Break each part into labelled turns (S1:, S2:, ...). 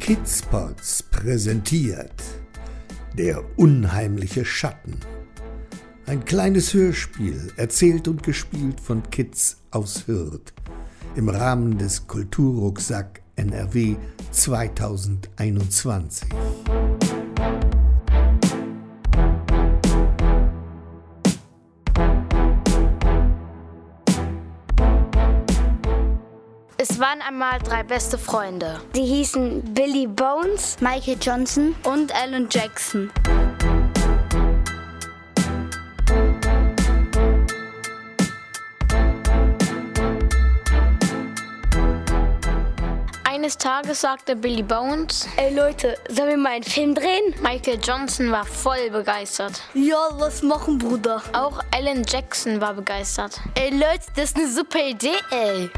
S1: Kidspots präsentiert Der unheimliche Schatten. Ein kleines Hörspiel, erzählt und gespielt von Kids aus Hürth im Rahmen des Kulturrucksack NRW 2021.
S2: Es waren einmal drei beste Freunde
S3: Die hießen Billy Bones
S4: Michael Johnson
S2: und Alan Jackson. Eines Tages sagte Billy Bones,
S3: Ey Leute, sollen wir mal einen Film drehen?
S2: Michael Johnson war voll begeistert.
S3: Ja, lass machen, Bruder.
S2: Auch Alan Jackson war begeistert.
S4: Ey Leute, das ist eine super Idee, ey.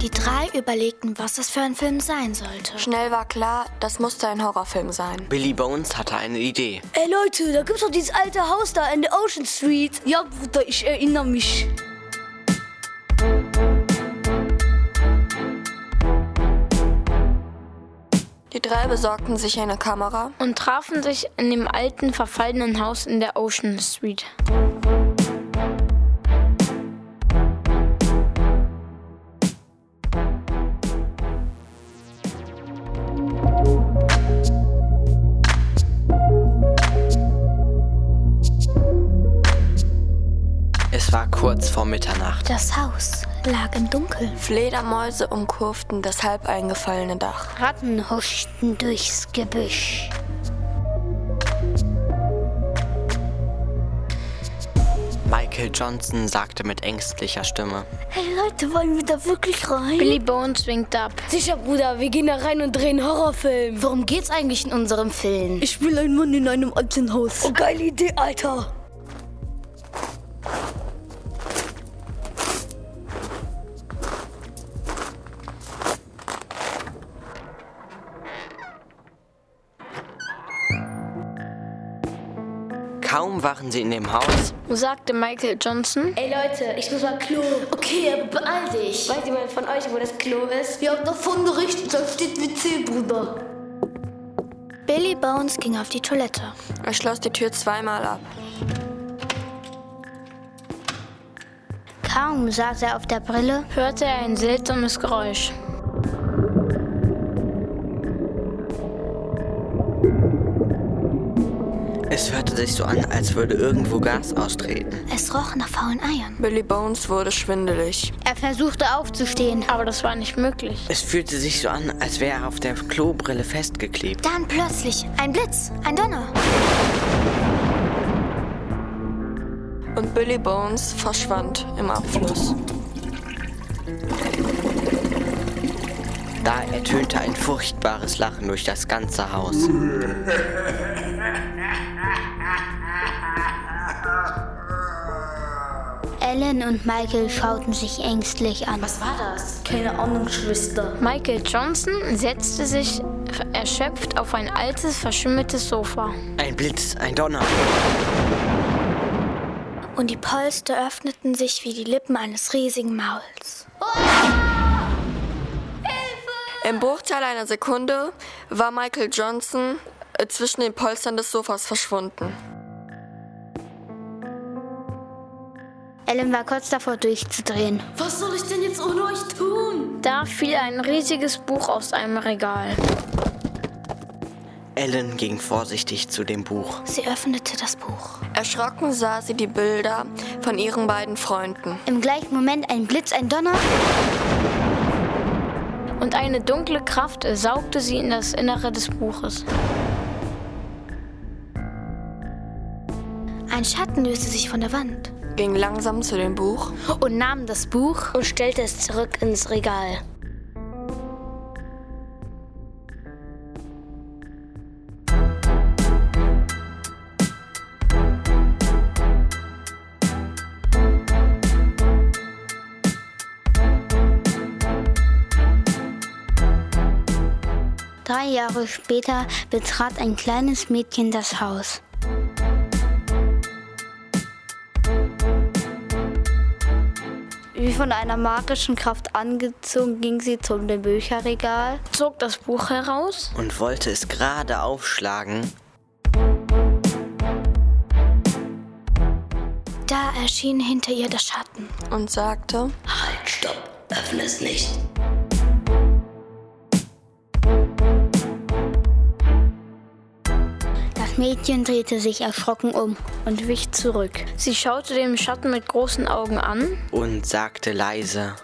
S2: Die drei überlegten, was es für ein Film sein sollte.
S5: Schnell war klar, das musste ein Horrorfilm sein.
S6: Billy Bones hatte eine Idee.
S3: Ey Leute, da gibt's doch dieses alte Haus da in der Ocean Street. Ja, Bruder, ich erinnere mich.
S5: Die drei besorgten sich eine Kamera.
S2: Und trafen sich in dem alten, verfallenen Haus in der Ocean Street.
S6: Es war kurz vor Mitternacht.
S4: Das Haus lag im Dunkeln.
S5: Fledermäuse umkurvten das halb eingefallene Dach.
S4: Ratten huschten durchs Gebüsch.
S6: Michael Johnson sagte mit ängstlicher Stimme.
S3: Ey Leute, wollen wir da wirklich rein?
S2: Billy Bones winkte ab.
S3: Sicher, Bruder, wir gehen da rein und drehen einen Horrorfilm.
S4: Worum geht's eigentlich in unserem Film?
S3: Ich will einen Mann in einem alten Haus. Oh, geile Idee, Alter.
S6: Kaum waren sie in dem Haus,
S2: Sagte Michael Johnson,
S3: Ey Leute, ich muss mal Klo. Okay, aber beeil dich. Weiß jemand von euch, wo das Klo ist? Wir haben davon berichtet, da steht WC, Bruder.
S4: Billy Bones ging auf die Toilette.
S5: Er schloss die Tür zweimal ab.
S4: Kaum saß er auf der Brille,
S2: hörte er ein seltsames Geräusch.
S6: es hörte sich so an, als würde irgendwo Gas austreten.
S4: es roch nach faulen Eiern.
S5: Billy Bones wurde schwindelig.
S4: Er versuchte aufzustehen.
S2: Aber das war nicht möglich.
S6: Es fühlte sich so an, als wäre er auf der Klobrille festgeklebt.
S4: Dann plötzlich ein Blitz, ein Donner.
S5: Und Billy Bones verschwand im Abfluss.
S6: Da ertönte ein furchtbares Lachen durch das ganze Haus.
S4: Ellen und Michael schauten sich ängstlich an. Was war
S3: Keine Ahnung, Schwester.
S2: Michael Johnson setzte sich erschöpft auf ein altes, verschimmeltes Sofa.
S6: Ein Blitz, ein Donner.
S4: Und die Polster öffneten sich wie die Lippen eines riesigen Mauls.
S5: Im Bruchteil einer Sekunde war Michael Johnson äh, zwischen den Polstern des Sofas verschwunden.
S4: Ellen war kurz davor durchzudrehen.
S3: Was soll ich denn jetzt ohne euch tun?
S2: Da fiel ein riesiges Buch aus einem Regal.
S6: Ellen ging vorsichtig zu dem Buch.
S4: Sie öffnete das Buch.
S5: Erschrocken sah sie die Bilder von ihren beiden Freunden.
S4: Im gleichen Moment ein Blitz, ein Donner.
S2: Und eine dunkle Kraft saugte sie in das Innere des Buches.
S4: Ein Schatten löste sich von der Wand
S5: Ging langsam zu dem Buch.
S4: und nahm das Buch und stellte es zurück ins Regal. Drei Jahre später betrat ein kleines Mädchen das Haus. Wie von einer magischen Kraft angezogen, ging sie zum dem Bücherregal.
S2: zog das Buch heraus,
S6: und wollte es gerade aufschlagen,
S7: Da erschien hinter ihr der Schatten.
S5: und sagte,
S3: Halt, stopp, öffne es nicht.
S4: Das Mädchen drehte sich erschrocken um und wich zurück.
S2: sie schaute den Schatten mit großen Augen an
S6: und sagte leise,